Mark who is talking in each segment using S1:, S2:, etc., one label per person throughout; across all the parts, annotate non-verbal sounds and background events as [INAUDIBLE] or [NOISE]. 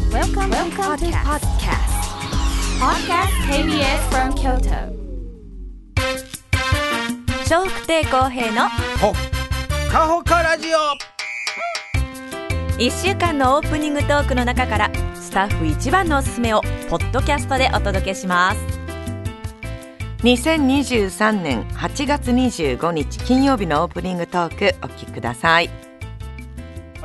S1: Welcome to
S2: Welcome, to podcast.
S1: Podcast KBS from Kyoto.
S2: 笑福亭公平の
S3: ほっかほかラジオ
S2: 1週間のオープニングトークの中からスタッフ一番のおすすめをポッドキャストでお届けします
S4: 2023年8月25日金曜日のオープニングトークお聞きください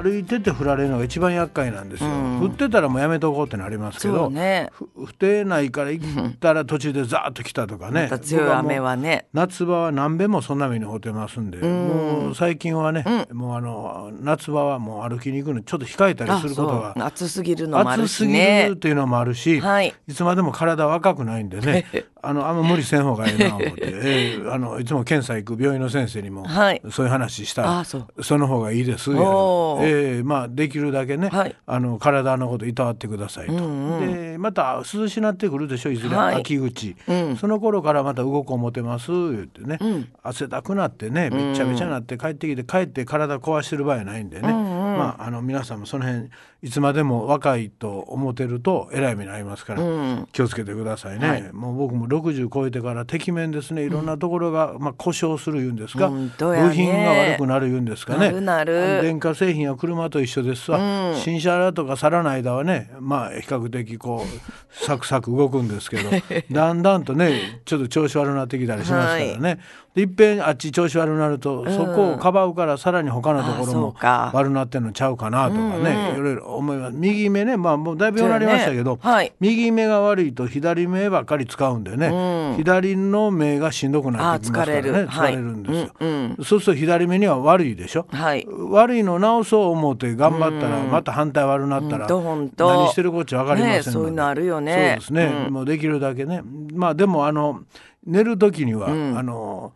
S3: 歩いてて振られるのが一番厄介なんですよ、
S4: うん
S3: 振ってたらもうやめとこうってなりますけど、
S4: ね
S3: ふ振ってないから行ったら途中でザーッと来たとかね
S4: また強い雨はね
S3: 僕はもう夏場は何べんもそんな目に遭ってますんで、もう最近はね、もうあの夏場はもう歩きに行くのちょっと控えたりすることが
S4: そう暑すぎるのもある
S3: 暑
S4: し
S3: すぎる
S4: ね
S3: っていうのもあるし、
S4: はい
S3: つまでも体若くないんでねあのあんま無理せん方がいいなと思って、えーあのいつも検査行く病院の先生にも、
S4: はい
S3: そういう話した
S4: あ
S3: ら
S4: そ
S3: の方がいいですよ、え
S4: おー
S3: ーまあ、できるだけね、
S4: はい
S3: あの体のこといたわってくださいと、でまた涼しなってくるでしょいずれ
S4: はい
S3: 秋口、その頃からまた動く思てます言ってね、汗だくなってねめっちゃめちゃなって帰ってきて帰って体壊してる場合ないんでね、まああの皆さんもその辺いつまでも若いと思ってるとえらい目に遭いますから、気をつけてくださいね、もう僕も60超えてからてきめんですねいろんなところが、まあ、故障する言うんですか、
S4: 本当やね
S3: 部品が悪くなる言うんですかね
S4: なるなる
S3: 電化製品や車と一緒ですわ、新車だとか去らない間はねまあ比較的こうサクサク動くんですけ
S4: [LAUGHS]
S3: どだんだんとねちょっと調子悪くなってきたりしますからね、でいっぺんあっち調子悪くなると、そこをかばうからさらに他のところ
S4: あそう
S3: も
S4: か
S3: 悪なってんのちゃうかなとかね、いろいろ思います右目ねまあもうだいぶ良くなりましたけど、
S4: そうやねはい
S3: 右目が悪いと左目ばっかり使うんでね、左の目がしんどくなってきますからね
S4: あ疲れる
S3: 疲
S4: はい
S3: れるんですよ、
S4: うんうん
S3: そうすると左目には悪いでしょ、
S4: はい
S3: 悪いの直そう思って頑張ったらまた反対悪なったら
S4: ほんとほんと
S3: 何してるこっちゃ分かりませ
S4: ねえ
S3: んので
S4: そういうのあるよね
S3: そうですね、もうできるだけねまあでもあの寝る時には、あの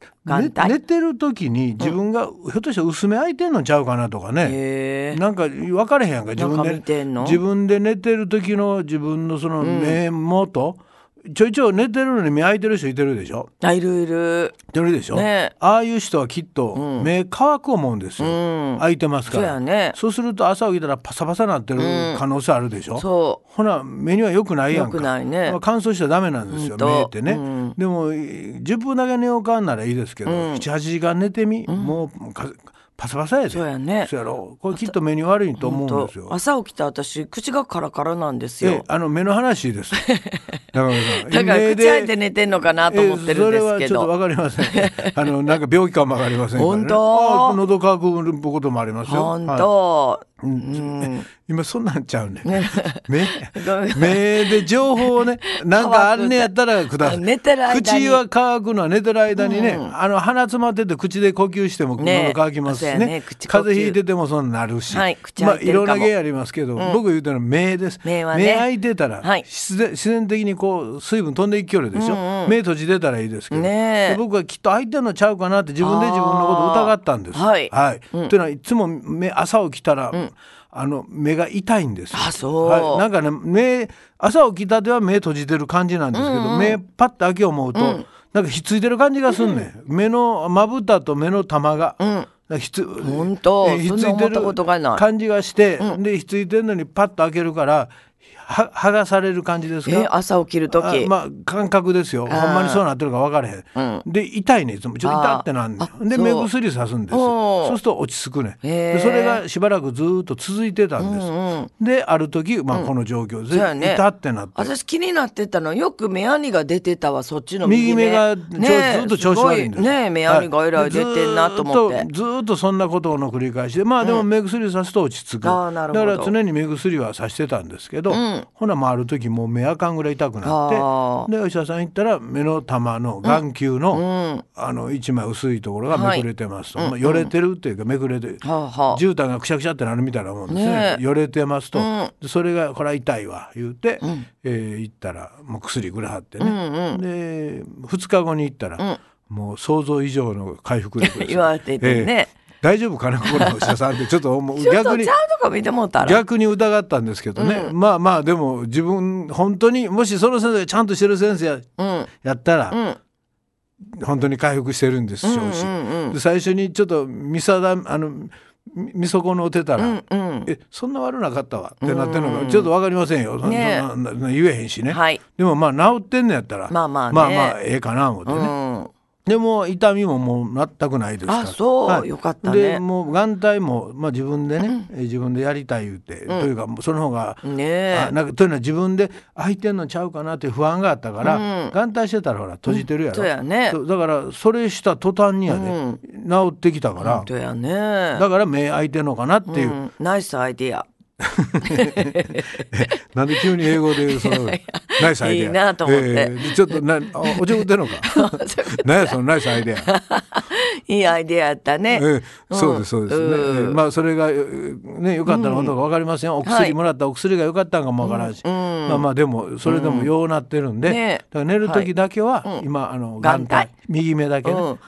S3: ね
S4: 眼帯
S3: 寝てる時に自分がひょっとしたら薄め開いてんのちゃうかなとかね、
S4: へえ
S3: なんか分かれへんやんか自分
S4: なん
S3: で
S4: か見てんの
S3: 自分で寝てる時の自分のその目元、ちょいちょい寝てるのに目開いてる人いてるでしょ
S4: あいるいる
S3: いてるでしょ、
S4: ねえ
S3: ああいう人はきっと目乾く思うんですよ、開いてますから
S4: そうやね
S3: そうすると朝起きたらパサパサなってる可能性あるでしょ、
S4: そ
S3: ほな目には良くないやんか
S4: 良くないね
S3: まあ乾燥しちゃダメなんですよ
S4: うんと
S3: 目ってね、
S4: うん
S3: でも10分だけ寝ようかんならいいですけど、78時間寝てみ、もうかパサパサやで
S4: そうやね
S3: そうやろこれきっと目に悪いと
S4: う
S3: 思うん
S4: と
S3: ですよ
S4: 朝起きた私口がカラカラなんです
S3: ええ
S4: よ
S3: あの目の
S4: [LAUGHS]
S3: 話です中村さん
S4: だから
S3: 目
S4: 口
S3: で
S4: 開いて寝てんのかなと思ってるん
S3: ええ
S4: ですけ
S3: それはちょっと
S4: ど
S3: わかりま
S4: [LAUGHS]
S3: せんあのなんか病気かもわかりませんから、ね、
S4: 本当
S3: あ喉乾くこともありますよ
S4: 本
S3: はい
S4: 当
S3: うん、今そんなんちゃうね目
S4: ごめん
S3: [LAUGHS] 目で情報
S4: [LAUGHS]
S3: をねなんかあんねやったらください
S4: 乾く寝てる間に
S3: 口は乾くのは寝てる間にね、あの鼻詰まってて口で呼吸しても
S4: ねえ
S3: 喉乾きますしね
S4: そうやね口呼吸
S3: 風邪ひいててもそうなるし、
S4: はい口
S3: まあ
S4: 開い
S3: い
S4: てる
S3: ろ
S4: かも
S3: んな芸ありますけど、僕言うてるのは目です
S4: 目はね
S3: 開いてたら、
S4: はい
S3: 自然自然的にこう水分飛んでいきよるでしょ、目閉じてたらいいですけど、
S4: ねえ
S3: で僕はきっと開いてんのちゃうかなって自分で自分のこと疑ったんです
S4: あーはい
S3: はい。というのはいつも目朝起きたら、あの目が痛いんですよ。
S4: あそう
S3: はいなんかね目朝起きたては目閉じてる感じなんですけど、目パッと開け思うと、なんかひっついてる感じがすんね、ん。目のまぶたと目の玉が。なんかひつ
S4: ほんと
S3: えーひっつ
S4: そんな
S3: い
S4: 思
S3: て
S4: ったことがな
S3: る
S4: い
S3: 感じがして、でひっついてるのにパッと開けるからは剥がされる感じですか
S4: え朝起きる時
S3: あまあ感覚ですよほんまにそうなってるか分からへん、で痛いねいつもちょっと痛ってなんね
S4: あ
S3: んで
S4: そう
S3: 目薬さすんですよ
S4: おー
S3: そうすると落ち着くねん
S4: へー
S3: でそれがしばらくずーっと続いてたんです、である時、まあ、この状況で、
S4: そうやね
S3: 痛ってなって
S4: 私気になってたのよく目やにが出てたわそっちの
S3: [LAUGHS] 右目がちょ
S4: ね
S3: ずっと調子悪いんです
S4: すごねえ目やにがえらい出てんなと思って、
S3: はいでずーとずーっとそんなことの繰り返しでまあでも目薬さすと落ち着く、
S4: あーなるほど
S3: だから常に目薬はさしてたんですけど、ほなまあある時もう目あかんぐらい痛くな
S4: あ
S3: ってでお医者さん行ったら目の玉の眼球の、あの一枚薄いところがめくれてますと、まあ、よれてるっていうかめくれて、
S4: はあはあ
S3: 絨毯がくしゃくしゃってなるみたいなもんですね
S4: ねえ
S3: よれてますと、でそれがこれは痛いわ言うて、えー行ったらもう薬ぐらはってね、で2日後に行ったら、もう想像以上の回復力で
S4: [LAUGHS]
S3: す
S4: 言われててね
S3: 大丈夫かなこのお医者さ
S4: [LAUGHS]
S3: んってちょっと思う
S4: ちょっ
S3: 逆
S4: と
S3: に
S4: ちゃうとか見てもうたら
S3: 逆に疑ったんですけどね、まあまあでも自分本当にもしその先生がちゃんとしてる先生や,、やったら、本当に回復してるんですしょうし、で最初にちょっと見定めあのみみそこの出たら、
S4: うんうん
S3: えそんな悪なかったわってなってるのが、ちょっとわかりませんよ、そん
S4: ねえ
S3: そんなそんな言えへんしね、
S4: はい
S3: でもまあ治ってんのやったら
S4: まあまあね
S3: まあまあええかな思って
S4: う
S3: ね、
S4: ん
S3: でも痛みももう全くないですから
S4: あそうよかったね
S3: でもう眼帯も、まあ、自分でね、え自分でやりたい言うて、というかもうその方が、
S4: ねえ
S3: あなんかというのは自分で開いてんのちゃうかなという不安があったから、眼帯してたらほら閉じてるや
S4: うんそ
S3: ろ、
S4: うやね
S3: そうだからそれした途端にやで、治ってきたから
S4: 本当やね
S3: だから目開いてんのかなっていう、
S4: うんナイスアイディア
S3: なんで急に英語で言うそ
S4: [LAUGHS]
S3: のナイスアイデア
S4: いいなと思って
S3: ーちょっとなあおちょくってん
S4: [LAUGHS]
S3: のか何やそのナイスアイデア
S4: いいアイデアやったね、
S3: ええ、そうですそうですね、
S4: うん
S3: ええまあそれがええね良かったのかどうか分かりません、お
S4: はい
S3: 薬もらったお薬が良かったんかも分からんし、まあまあでもそれでもようなってるんで、
S4: うんねえ
S3: だから寝る時だけは、今あの眼帯
S4: 眼帯
S3: 右目だけ
S4: うん
S3: ね、
S4: アイマ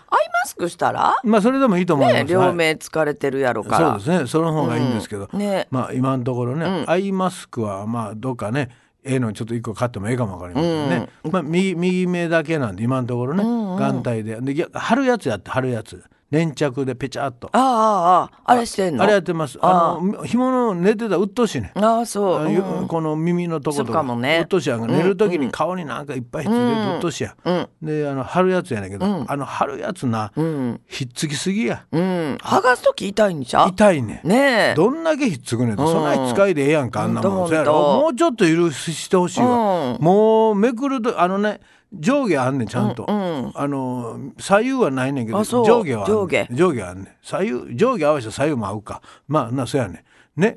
S4: スクしたら、
S3: まあそれでもいいと思います、
S4: ね、
S3: はい
S4: 両目疲れてるやろから、
S3: そうですねその方がいいんですけど、
S4: うんね
S3: まあ今のところね、アイマスクはまあどっかねええのにちょっと一個買ってもええかもわかりませんね、まあ、右右目だけなんで今のところね、眼帯ででいや貼るやつやって貼るやつ粘着でペチャっと
S4: ああああああれしてんの
S3: あれやってますあの紐の寝てたらうっとうしいね
S4: ああそ
S3: あ
S4: う、
S3: のよこの耳のとこと
S4: そうかもね
S3: うっとうしいやんか寝る時に顔になんかいっぱいついててうっとうしいや、ん、であの貼るやつやねんけど、あの貼るやつな、ひっつきすぎや
S4: うんうん、剥がす時痛いんじゃう
S3: 痛いねん
S4: ねえ
S3: どんだけひっつくねんと、そんなに使いでええやんか、あんな
S4: ほ
S3: も
S4: んとほんと
S3: ん。そやろもうちょっと許してほしいわ。もうめくると、あのね、上下あんねん、ちゃんと。あの、左右はないねんけど、
S4: あそう
S3: 上下はあんねん。
S4: 上下
S3: 上下あんねん。左右、上下合わせたら左右も合うか。まあ、な、そうやねん。ね、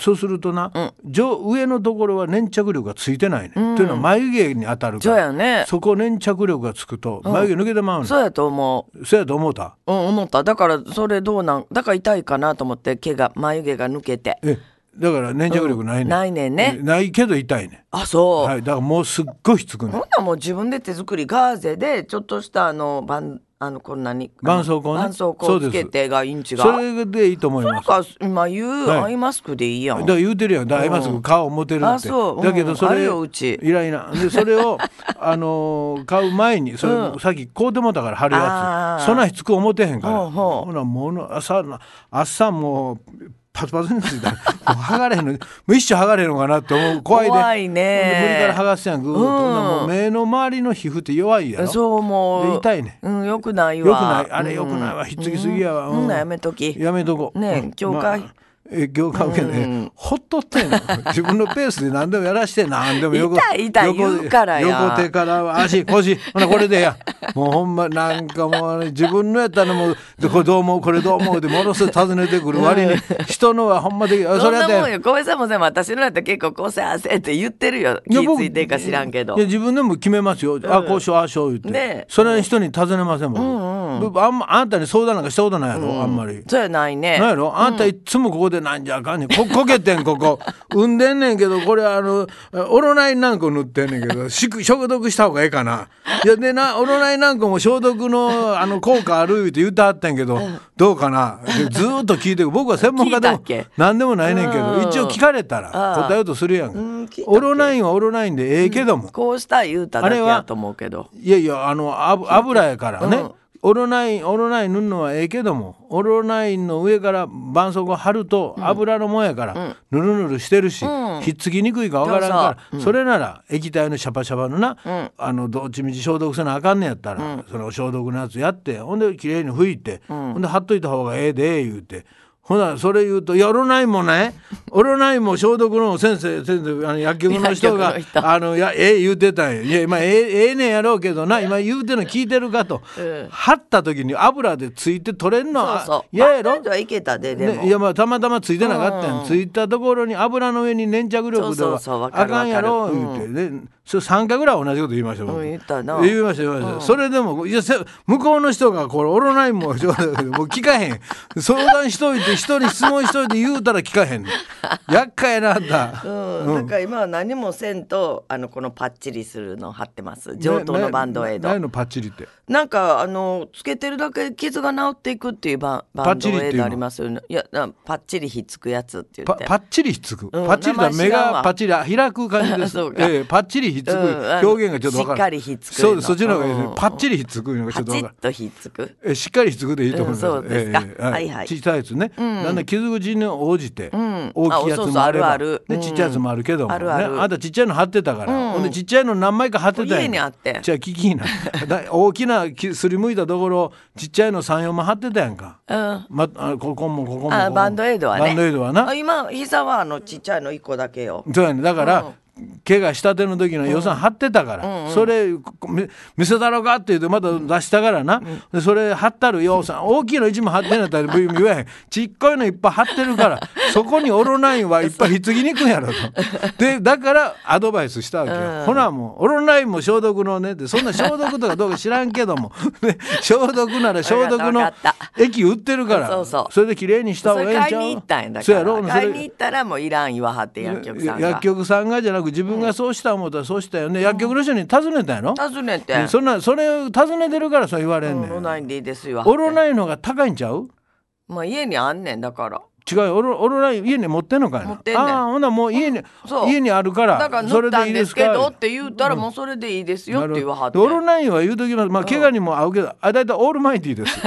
S3: そうするとな、上上のところは粘着力がついてないね、ん、というのは眉毛に当たるか
S4: そうや
S3: ら
S4: ね
S3: そこ粘着力がつくと眉毛抜けてまうねん、
S4: そうやと思う
S3: そうやと思うた
S4: うん思っただからそれどうなんだから痛いかなと思って毛が眉毛が抜けて
S3: えだから粘着力ないね、
S4: うんないねんね
S3: ないけど痛いねん
S4: あそう、
S3: はい、だからもうすっごいひつ
S4: ほ
S3: く
S4: ん
S3: ね。
S4: ならもう自分で手作りガーゼでちょっとしたあのばんあのこんなに
S3: 絆創膏ね
S4: 絆創膏つけてがいいん違う
S3: それでいいと思います。
S4: なんか今言う
S3: はい
S4: アイマスクでいいやん、
S3: だから言うてるやん、だから今すぐ顔持てる
S4: あ
S3: って。
S4: そううん
S3: だけどそ
S4: ある
S3: れ、
S4: ようち
S3: いらいら。で、それ
S4: [LAUGHS]
S3: を、あのー買う前に、それ、さっき買うてもうたから貼る
S4: あ
S3: や
S4: ー
S3: つ。そんなんひつく思てへんから。
S4: ほうほう
S3: ほな、もの、朝の、朝もう、パツパツについた。 [LAUGHS] もう剥がれへんの、もう一生剥がれへんのかなって思う。怖いで。
S4: 怖いね
S3: ほんで無理から剥がすやん、ぐーっと。
S4: うん
S3: ほんならもう目の周りの皮膚って弱いやろ。
S4: そう思
S3: で
S4: う
S3: 痛いね
S4: うんよくないわ
S3: よくないあれよくないわ、ひっつきすぎやわ、
S4: うん、うんやめとき
S3: やめとこう
S4: ねえ
S3: うん
S4: 業界
S3: まあえ業界受けね、ほっとって
S4: [LAUGHS]
S3: んの自分のペースで何でもやらして何でも横
S4: 痛い痛い
S3: 横
S4: 言うからや
S3: 横手から足腰ほなこれでやもうほんまなんかもう、ね、自分のやったらもうでこれどう思うこれどう思うでものすごい尋ねてくる割に
S4: [LAUGHS]
S3: 人のはほんまできあ
S4: そ
S3: そ
S4: ん
S3: れや
S4: な
S3: ったら
S4: もんよ小林さんもさ私のやったら結構個性汗って言ってるよ気
S3: 僕
S4: 付いてんか知らんけど
S3: いや自分でも決めますよ、あこうしようああしよう言って、
S4: ねえ
S3: それは人に尋ねませんもん、僕あんまあんたに相談なんかしたことないやろ、あんまり
S4: そうやないね
S3: なんやろあんたいっつもここでなんじゃあかんねん。こ、こけてん、ここ。産んでんねんけど、これあの、オロナイン軟膏塗ってんねんけど、しく消毒した方がええかな。いや、でな、オロナイン軟膏も消毒の、あの、効果あるって言ってはったんやけど、どうかな。でずーっと聞いてく僕は専門家で
S4: 聞い
S3: も
S4: たっけ、
S3: なんでもないねんけ
S4: うん
S3: ど、一応聞かれたら
S4: ああ
S3: 答えようとするやんか
S4: ん聞いたっけ
S3: オロナインはオロナインでええけども、
S4: こうした言うただけやと思うけど
S3: いやいやあのあぶ油やからね、
S4: うん
S3: オロナインオロナイン塗るのはええけどもオロナインの上から絆創膏貼ると油のもんやから、ぬるぬるしてるし、ひっつきにくいかわからんからそれなら液体のシャパシャパのな、あのどっちみち消毒せなあかんねやったら、その消毒のやつやってほんできれいに拭いて、ほんで貼っといた方がええで言うて。ほなそれ言うと「いやオロナインもねオロナインも消毒の先生先生あの薬局の人が
S4: 薬局の人
S3: あのやええ言うてたんやいや今ええええねんやろうけどな今言うてんの聞いてるかと、貼った時に油でついて取れんの
S4: そう
S3: は
S4: そう
S3: 嫌やろ、
S4: じゃいけたででも、
S3: ね、いやまあたまたまついてなかったんや、ついたところに油の上に粘着力で
S4: そうそう
S3: は
S4: そうわか
S3: あ
S4: るわか
S3: かん
S4: る
S3: やろ言うて、でそれ3回ぐらい同じこと言いました僕、
S4: うん言ったな
S3: 言いました言いました、それでもいやせ向こうの人がこれオロナイン [LAUGHS] ももう聞かへん相談しといて人に質問しといて言うたら聞
S4: [LAUGHS]
S3: かへんねん厄介やなあんた、
S4: うん、だから今は何もせんとあのこのパッチリするの貼ってます上等のバンドエイド、
S3: ないのパッチリって
S4: なんかあのつけてるだけで傷が治っていくっていうバンバンド
S3: パッチリ
S4: エ
S3: っ
S4: イ
S3: ていう
S4: ド
S3: の
S4: ありますよねいやなパッチリひっつくやつって言
S3: パ
S4: って
S3: パッチリひっつく、
S4: うん
S3: パッチリだ
S4: 名前
S3: 目
S4: 知らんわ
S3: がパッチリ開く感じで
S4: [LAUGHS]
S3: す
S4: そうか
S3: ええパッチリりひっつ
S4: う
S3: く、
S4: んあの
S3: 表現がちょっとわからない
S4: しっかりひっつくの
S3: そうですそっちの方がいいですね、
S4: うん
S3: パッチリひっつくのがち
S4: パチ
S3: ょっとわか
S4: ッ
S3: らない
S4: とひっつく。
S3: えしっかりひっつくでいいと思います、
S4: うんそうですか
S3: え
S4: はいはい
S3: 小さいやつね、だんだん傷口に応じて
S4: ん
S3: 大きいやつ
S4: あそうそう
S3: もあれば
S4: あるある
S3: で
S4: うん
S3: ちっちゃいやつもあるけども、ね
S4: あるある
S3: あんたちっちゃいの貼ってたから、ほんでちっちゃいの何枚か貼ってたやんか
S4: 家にあって
S3: じゃあ聞きいなだ大きなきすりむいたところちっちゃいの34も貼ってたやんか、
S4: うん。
S3: ま、あここもここもここ
S4: あ
S3: も
S4: バンドエイドはね。
S3: バンドエイドはな
S4: あ今膝はあのちっちゃいの一個だけよ。
S3: そうやねだから、怪我したての時の予算貼ってたから、それこ見見せたろうかって言ってまた出したからな、でそれ貼ったる予算大きいの一も貼ってんやったら言わへんちっこいのいっぱい貼ってる
S4: [LAUGHS]
S3: からそこにオロナインはいっぱいひっつきにくいやろとでだからアドバイスしたわけよ、ほなもうオロナインも消毒のねってそんな消毒とかどうか知らんけども [LAUGHS] ね消毒なら消毒
S4: わか
S3: の
S4: ったわかっ
S3: 液売ってるから
S4: そうそう
S3: れで綺麗にした
S4: そ
S3: 方が
S4: れ
S3: ええん
S4: 買
S3: ち
S4: い
S3: ゃう
S4: に行ったんやだ
S3: そう
S4: か
S3: やろ
S4: ら。
S3: それ
S4: 買いに行ったらもういらん言わはって薬局さんが。
S3: 薬局さんがじゃなく自分がそうした思ったらそうしたよね、薬局の人に尋ねたんやろ、
S4: 尋ねて。
S3: うんそんなそれを尋ねてるからそう言われんね
S4: オロ
S3: ん、
S4: ナインでいいですよ。
S3: オロナインの方が高いんちゃう
S4: まあ家にあんねんだから。
S3: 違うよオロオロナイン家に持ってんのかい
S4: 持
S3: な
S4: ってんねん
S3: ああほなもう家に、
S4: そう
S3: 家にあるから
S4: だから
S3: そ
S4: 塗
S3: れ
S4: った
S3: でい
S4: ん
S3: い
S4: で
S3: ですす
S4: け
S3: か
S4: どって言ったらもうそれでいいですよって言わはって。
S3: なるほどオロナインは言うときます、まあ、怪我にも合うけど、あ大体オールマイティーです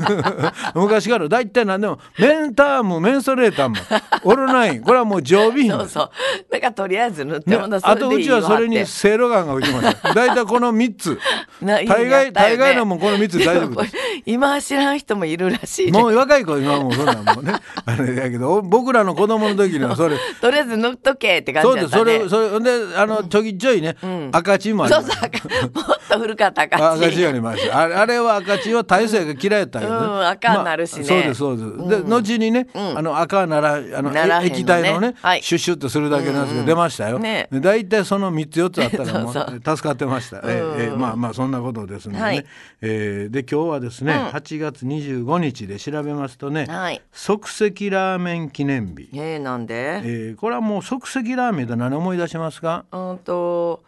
S4: [LAUGHS]
S3: 昔から大体何でもメンタームメンソレーターもオロナインこれはもう常備品
S4: そうそう。だからとりあえず塗って
S3: ね
S4: もらった
S3: あ
S4: らそれで
S3: とう
S4: いい
S3: ち
S4: わっ
S3: は
S4: て。
S3: それにセいろがんが置いてます。
S4: [LAUGHS]
S3: 大体この3つ。
S4: な
S3: 大
S4: いいねや
S3: 概、
S4: ったよね
S3: 大概のもんこの3つ大丈
S4: [LAUGHS]
S3: 夫です。
S4: 今は知らん人もいるらしいね。
S3: もう若い子今もうそんなんもうねあれや
S4: [LAUGHS]
S3: けどお僕らの子供の時にはそれ
S4: とりあえず塗っとけって感
S3: そう
S4: じだ
S3: で
S4: ったね。
S3: すそれそれほんであのちょぎちょいね、赤チもあり
S4: そう
S3: ます
S4: そう赤もっと古かった
S3: あ
S4: 赤
S3: 赤
S4: 字
S3: 字ありましたあれあれは赤字は大勢が嫌いやったけど、ね
S4: うん赤になるしね
S3: まあそうですそうです、で後にね、あの赤ならあの
S4: ならへんのね
S3: 液体のね、
S4: はい
S3: シュッシュッとするだけなんですけど出ましたよ、
S4: ね
S3: で大体その3つ4つあったらもう
S4: そう
S3: 助かってました、ええええまあまあそんなことですのでね、
S4: はい
S3: ええで今日はですね、8月25日で調べますとね、
S4: はい
S3: 即席ラーメン記念日、
S4: ええなんで
S3: ええこれはもう即席ラーメンと何思い出しますか
S4: うんと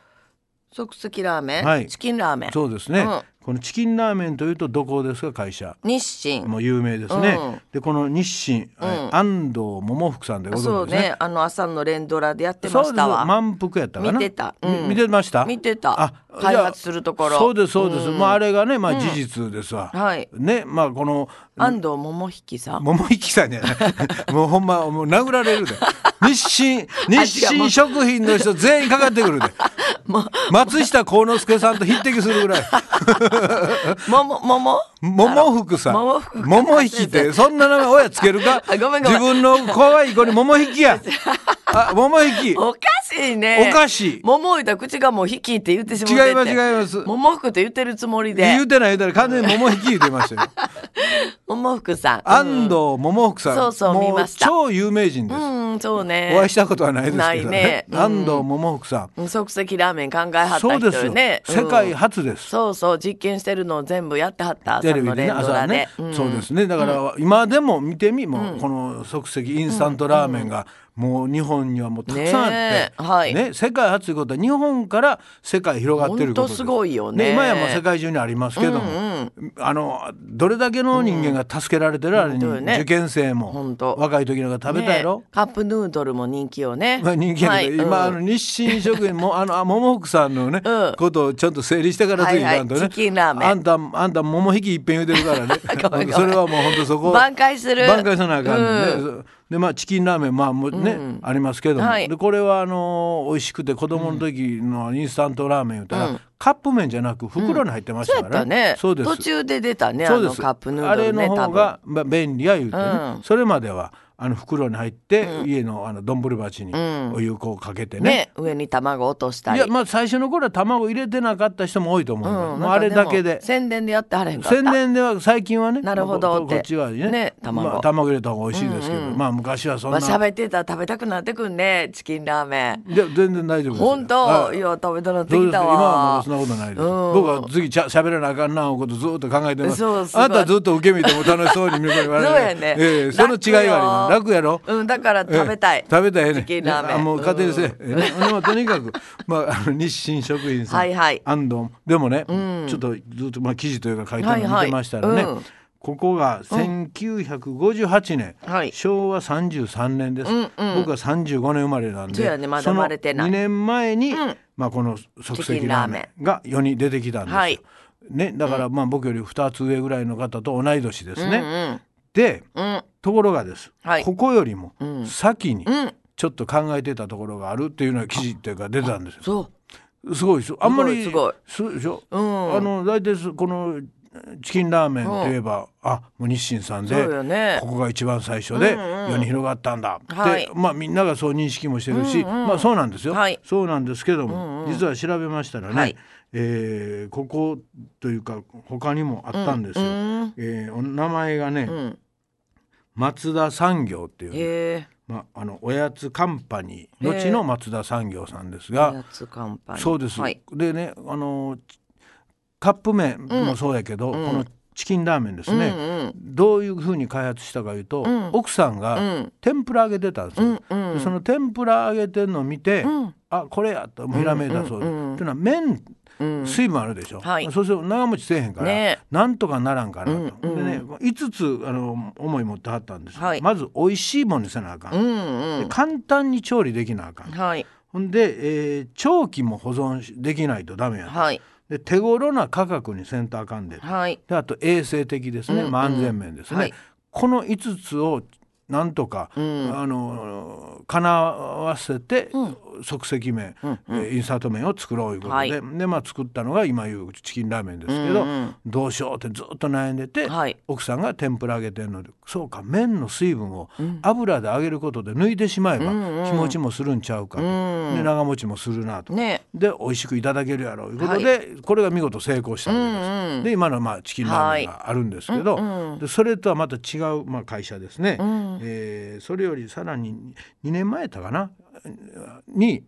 S4: 即席ラーメン、
S3: はい
S4: チキンラーメン
S3: そうですね、
S4: うん
S3: このチキンラーメンというとどこですか会社
S4: 日清
S3: もう有名ですね。
S4: うん
S3: でこの日清、え安藤桃福さんでご
S4: そ
S3: 存
S4: う
S3: 知ですね。
S4: ねあの朝の連ドラでやって
S3: そ
S4: ま
S3: う
S4: し
S3: です
S4: たわ
S3: 満腹やったかな
S4: 見てたうん
S3: み見てました
S4: 見てた
S3: じゃあ
S4: 開発するところ
S3: そうですそうです、まああれがねまあ事実ですわ、
S4: はい
S3: ねまあこの
S4: 安藤桃引さん
S3: 桃引さんじゃない
S4: [LAUGHS]
S3: もうほんまもう殴られるで日清日清食品の人全員かかってく
S4: [LAUGHS]
S3: るで松下幸之助さんと匹敵するぐらい
S4: 桃桃
S3: 桃福さん
S4: 桃福
S3: 桃引き
S4: [LAUGHS]
S3: ってそんな名前親つけるか
S4: あごめんごめん
S3: 自分の可愛い子に桃引きやあ桃引
S4: [LAUGHS]
S3: き
S4: おかしいね
S3: おかしい
S4: 桃言うたら口がもう引きって言ってしまってて
S3: 違います違います
S4: 桃福って言ってるつもりで
S3: 言うてない言うたら完全に桃引き言うてま
S4: [LAUGHS]
S3: したよ
S4: 桃福さん
S3: 安藤桃福さん
S4: そうそう
S3: も
S4: 見ました
S3: 超有名人です、
S4: うんうんそうね
S3: お会いしたことはないですけど
S4: ないね
S3: ね
S4: うん
S3: 安藤桃福さん、
S4: 即席ラーメン考えはった人
S3: そうです
S4: よ
S3: よ、
S4: ね。
S3: 世
S4: う
S3: 界
S4: ん
S3: 初です
S4: そうそう実験してるのを全部やってはった
S3: テ
S4: 朝
S3: レビ
S4: の
S3: で
S4: 連
S3: ね
S4: ド
S3: 朝は
S4: ラで
S3: ね、。
S4: ん
S3: そうですねだから今でも見てみもううこの即席インスタントラーメンがもう日本にはもうたくさんあって、
S4: ねえ
S3: ね
S4: はい
S3: 世界初ということは日本から世界広がってること
S4: ほんとすごいよね
S3: 今やもう世界中にありますけども、あのどれだけの人間が助けられてる、あれ
S4: 本当
S3: に
S4: よね
S3: 受験
S4: ほ
S3: 生も
S4: んと
S3: 若い時なんか食べたやろ、
S4: ねカップヌードルも人気よね。
S3: [LAUGHS] まあ、人間、
S4: はい
S3: で今、あ
S4: うん
S3: の日清食品もあのあ桃福さんのね、
S4: うん
S3: ことをちゃんと整理してから次
S4: はいはい
S3: なんとね、
S4: チキンラーメン
S3: あんたあんた桃引き一遍言うてるからね
S4: [LAUGHS] ごめんごめん
S3: それはもう本当そこ
S4: 挽回する
S3: 挽回さなあかんね、
S4: うん
S3: でまあチキンラーメンまあもうね、ありますけども、
S4: はい
S3: でこれはあのー美味しくて子供の時のインスタントラーメン言ったら、カップ麺じゃなく袋に入ってまし
S4: そうや
S3: た
S4: っ
S3: か
S4: た
S3: ら
S4: ね。
S3: そうです
S4: 途中で出たね
S3: そう
S4: あ
S3: で
S4: の
S3: す
S4: カップヌードルね
S3: あれの
S4: 多
S3: 方
S4: 分。
S3: がまあ便利や言うてね、
S4: うん
S3: それまではあの袋に入って、家のあの丼鉢にお湯こうかけてね
S4: ね上に卵落とした
S3: い
S4: り。
S3: やまあ最初の頃は卵入れてなかった人も多いと思うよ、
S4: うん
S3: もうあれだ
S4: な
S3: け
S4: んか
S3: で
S4: も宣伝でやってはれへんかった。
S3: 宣伝では最近はね
S4: なるほど
S3: まあこ
S4: って
S3: こっちはね
S4: ね卵
S3: まあ、卵入れた方が美味しいですけど、まあ昔はそん
S4: ま
S3: な、
S4: あ喋ってたら食べたくなってくんねチキンラーメン。
S3: いや全然大丈夫です
S4: 本
S3: は
S4: 当
S3: い
S4: いや食べたなって
S3: どう
S4: き
S3: です
S4: たわ。
S3: 今はまだそんなことないです、
S4: うん
S3: 僕は次しゃ喋らなあかんなおことずっと考えてます
S4: そうすごい
S3: あなたはずっと受け身でも楽しそうに見るから言われて
S4: そうやね
S3: ええその違いはあります楽やろ
S4: うん、だから食べたい。
S3: ええ食べたいね
S4: チキンラーメン
S3: あもう家庭ですね、ええまあとにかく、まあ、あの日清食品さん、
S4: はいはい
S3: 安藤でもね、ちょっとずっと、まあ、記事というか書いてるの
S4: はいは
S3: 見
S4: い
S3: てましたらね、
S4: うん
S3: ここが1958年、
S4: はい
S3: 昭和33年です、
S4: うんうん
S3: 僕は35年生まれなん
S4: そうや
S3: で、
S4: ねまだ
S3: そ
S4: 生
S3: の
S4: まれてない
S3: 2年前に、
S4: うん
S3: まあ、この即
S4: チキ
S3: 席
S4: ンラ
S3: ラ
S4: ー
S3: ー
S4: メン
S3: メンが世に出てきたんですよ、
S4: はい
S3: ね、だからまあ僕より2つ上ぐらいの方と同い年ですね。
S4: ね。
S3: で
S4: うんうん
S3: ところがです、
S4: はい
S3: ここよりも
S4: うん
S3: 先に
S4: うん
S3: ちょっと考えてたところがあるっていうような記事っていうか出たんですよ。
S4: そ
S3: すごいですよあんまり
S4: すごい
S3: そうでしょ、
S4: う。うん。
S3: あの大体そこのチキンラーメンといえば、あもう日清さん
S4: そう
S3: で、
S4: よね
S3: こ。こが一番最初で
S4: うんうん
S3: 世に広がったんだって、
S4: はい
S3: まあみんながそう認識もしてるし、
S4: うんうん
S3: まあそうなんですよ、
S4: はい
S3: そうなんですけど
S4: う
S3: も、
S4: んうん
S3: 実は調べましたらね、
S4: はい
S3: えーここというか他にもあったんですよ。
S4: うん
S3: えーお名前がね、
S4: うん。
S3: 松田産業っていう、
S4: へえ。
S3: まあ、あのおやつカンパニー
S4: へえ
S3: 後の松田産業さんです
S4: お
S3: が、
S4: やつカンパニー
S3: そうです、
S4: はい。
S3: でねあのカップ麺もそうやけ
S4: う
S3: ど、
S4: ん
S3: このチキンラーメンですね、
S4: ね。
S3: どういうふうに開発したかいうと、
S4: うん
S3: 奥さん
S4: う
S3: が
S4: ん。
S3: 天ぷら揚げてたんです
S4: う
S3: よ、
S4: ん。うん。
S3: でその天ぷら揚げてんのを見て、
S4: うん。
S3: あこれやとひらめいたそうです。
S4: うんうんうん
S3: というのは麺
S4: うん。
S3: 水分あるでしょ、
S4: はい
S3: そうすると長持ちせえへんから、
S4: ね
S3: なんとかならんかなと、
S4: うんうん
S3: でね5つあの思い持ってはったんですよ、
S4: はい
S3: まず美味しいもんにせなあかん、
S4: うん。う
S3: で簡単に調理できなあか
S4: ん。
S3: ん、
S4: はい。
S3: ほんで、えー長期も保存しできないとダメやと、
S4: はい。
S3: で手頃な価格にセンターかんで,、
S4: はい。
S3: であと衛生的です
S4: う
S3: ね、
S4: んうん
S3: まあ安全面ですね、
S4: はい
S3: この5つをなんとか、
S4: うん。
S3: あのかなわせて、
S4: うん
S3: 即席麺、
S4: うん
S3: えーインサート麺を作ろういうことで、
S4: はい
S3: でまあ作ったのが今いうチキンラーメンですけど、
S4: うんうん
S3: どうしようってずっと悩んでて、
S4: はい。
S3: 奥さんが天ぷら揚げてるのでそうか麺の水分を油で揚げることで抜いてしまえば、
S4: うんうん
S3: 日持ちもするんちゃうかと、
S4: うん
S3: で長持ちもするなと、
S4: ね。
S3: で美味しくいただけるやろういうことで、これが見事成功したわけです。
S4: うんうん
S3: で今のまあチキンラーメンがあるんですけど、
S4: うんうん
S3: でそれとはまた違うまあ会社ですね、
S4: ん
S3: えーそれよりさらに2年前やったかなに、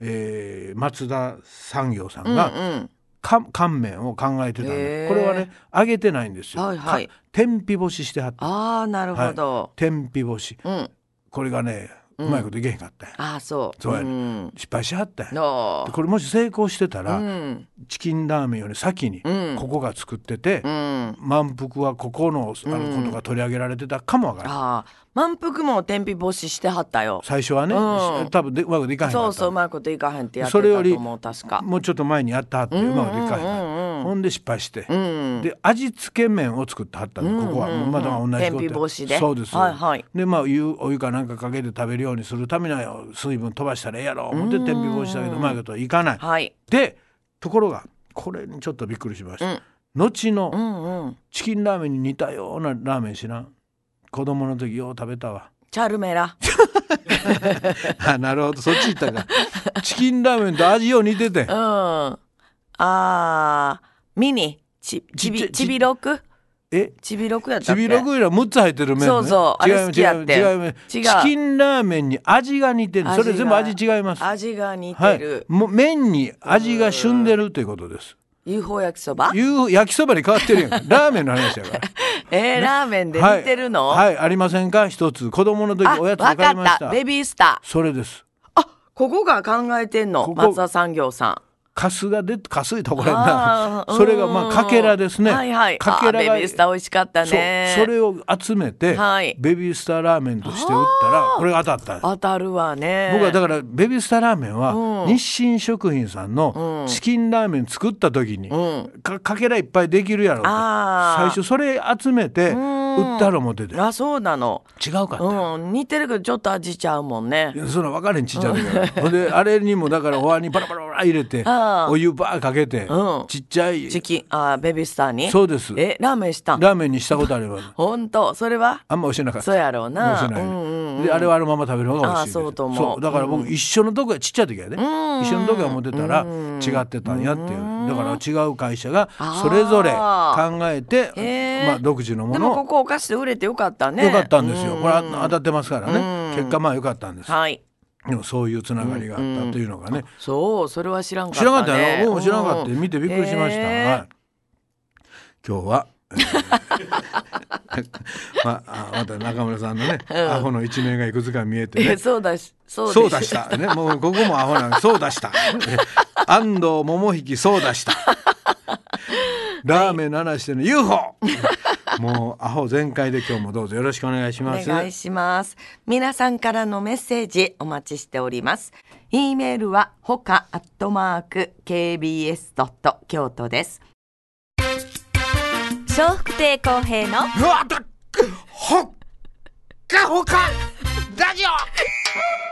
S3: えー松田産業さんが、
S4: うん
S3: か乾麺を考えてたん
S4: へ
S3: で
S4: ー
S3: これはね揚げてないんですよ、
S4: はいはい
S3: か天日干ししてはった
S4: ああなるほど、
S3: 天日干し
S4: うん
S3: これがねうまいこといけへんかったんや、
S4: ああそう
S3: そうやね
S4: ん
S3: 失敗しはったんや
S4: の
S3: でこれもし成功してた
S4: う
S3: ら、
S4: ん
S3: チキンラーメンより先に
S4: うん
S3: ここが作ってて、
S4: うん
S3: 満腹はここのあのことが取り上げられてたかもわからない、
S4: ああ満腹も天日干ししてはったよ
S3: 最初はね、
S4: うん
S3: 多分でうまくできかへんか
S4: そ
S3: っ
S4: う
S3: た
S4: そうう
S3: の
S4: まいこといかへんってやって
S3: そ
S4: た
S3: れより
S4: と思う確か
S3: もうちょっと前にやったはってうまくできかへんかった、
S4: うんうんうん
S3: ほんで失敗して、
S4: うん
S3: で味付け麺を作ってはったんで、
S4: うん
S3: ここは
S4: うん
S3: まだ同じことや
S4: 天日干しで
S3: そうです、
S4: はいはい
S3: でまあ湯お湯かなんかかけて食べるようにするためには水分飛ばしたらええやろ思って
S4: うん
S3: 天日干しだけどうまいことはいかない、
S4: はい
S3: でところがこれにちょっとびっくりしました、
S4: うん
S3: 後の、
S4: うんうん
S3: チキンラーメンに似たようなラーメン知らん子供の時よう食べたわ
S4: チャルメラ
S3: あ [LAUGHS] なるほどそっち行ったか [LAUGHS] チキンラーメンと味よう似てて
S4: うんああミニちち
S3: ちっちゃ
S4: び
S3: い
S4: ちびろく
S3: え
S4: ちびろくやった
S3: ち
S4: っけ
S3: びろくよりは6つ入ってる麺、ね、
S4: そうそうあ
S3: 違
S4: れ好きやって
S3: 違う違う違う
S4: 違う
S3: チキンラーメンに味が似てるそ
S4: 味
S3: れ
S4: が
S3: 全部味違います
S4: 味が似
S3: は
S4: て
S3: い
S4: る、、
S3: もう麺に味が旬でるということです
S4: UFO 焼きそば
S3: いう焼きそばに変わってる
S4: [LAUGHS]
S3: やんラーメンの話やから
S4: えー、ラーメンで似てるの、
S3: はい、はいありませんか一つ子供の時
S4: あ、
S3: お
S4: わ
S3: やつで
S4: か
S3: 買い
S4: っ
S3: ました
S4: た。ベビースター。
S3: それです
S4: あ、ここが考えてんの。
S3: ここ
S4: 松田産業さ
S3: かすが出てかすいとこ
S4: ん。
S3: ろやな
S4: あー
S3: それがまあかけらですね、
S4: はいはい。
S3: かけら
S4: あ
S3: が
S4: ベビースター美味しかったね。
S3: そうそれを集めて、
S4: はい
S3: ベビースターラーメンとして売ったらこれが当たったんです
S4: 当たるわね。
S3: 僕はだからベビースターラーメンは
S4: うん
S3: 日清食品さん
S4: う
S3: の
S4: ん
S3: チキンラーメン作った時に
S4: うん。
S3: かかけらいっぱいできるやろうと
S4: あー
S3: 最初それ集めて
S4: ん
S3: 売ったら思ってて違
S4: あ、そうなの。
S3: うかった。
S4: うん、似てるけどちょっと味ちゃうもんね
S3: い。やそんな分かれんちっちゃい時から [LAUGHS] ほんであれにもだからお椀にバラバラバラ入れて
S4: あー
S3: お湯バーかけて、
S4: うん
S3: ちっちゃい
S4: チキン、あ、ベビースターに。
S3: そうです
S4: え、ラーメンしたん。
S3: ラーメンにしたことあ
S4: [LAUGHS]
S3: ります
S4: 本当、それは。
S3: あんま教えなかった
S4: そうやろうな。
S3: 面白いね
S4: うんうん。
S3: であれはあのまま食べる方が美味しいです
S4: あーそうと思う
S3: だから僕一緒のとこがちっちゃい時やね、
S4: ん
S3: 一緒のとこが持ってたら
S4: うん
S3: 違ってたんやっていう、だから違う会社がそれぞれ考えて
S4: へー
S3: まあ、独自のも
S4: でも
S3: の
S4: こ
S3: を
S4: こお菓子で売れてよかったね。
S3: よかったんですよ、
S4: う
S3: これ当たってますからね、
S4: うん
S3: 結果まあよかったんです、
S4: はい。
S3: でもそういうつながりがあったというのがね、
S4: そう、それは知らんかった、
S3: 知
S4: ね。
S3: らなかったよ僕も知らなかった
S4: うん
S3: 見てびっくりしました、
S4: へー
S3: はい、今日は、 [LAUGHS] えーまあ、あまた中村さんのね、アホの一面がいくつか見えて
S4: い
S3: ね
S4: やそうだし、そう
S3: そう
S4: で
S3: だした。ね、もうここもア
S4: [LAUGHS]
S3: ホなんでそうだした。安藤
S4: [LAUGHS]
S3: 桃引きそうだした。ラーメンの話しての UFO。もうアホ全開で今日もどうぞよろしくお願いし
S4: お
S3: ます。
S4: 願いします。皆さんからのメッセージお待ちしております。e メールはほかアットマーク kbs ドット京都です。
S2: 笑福亭公平の
S3: うわだっほっかほかラジオ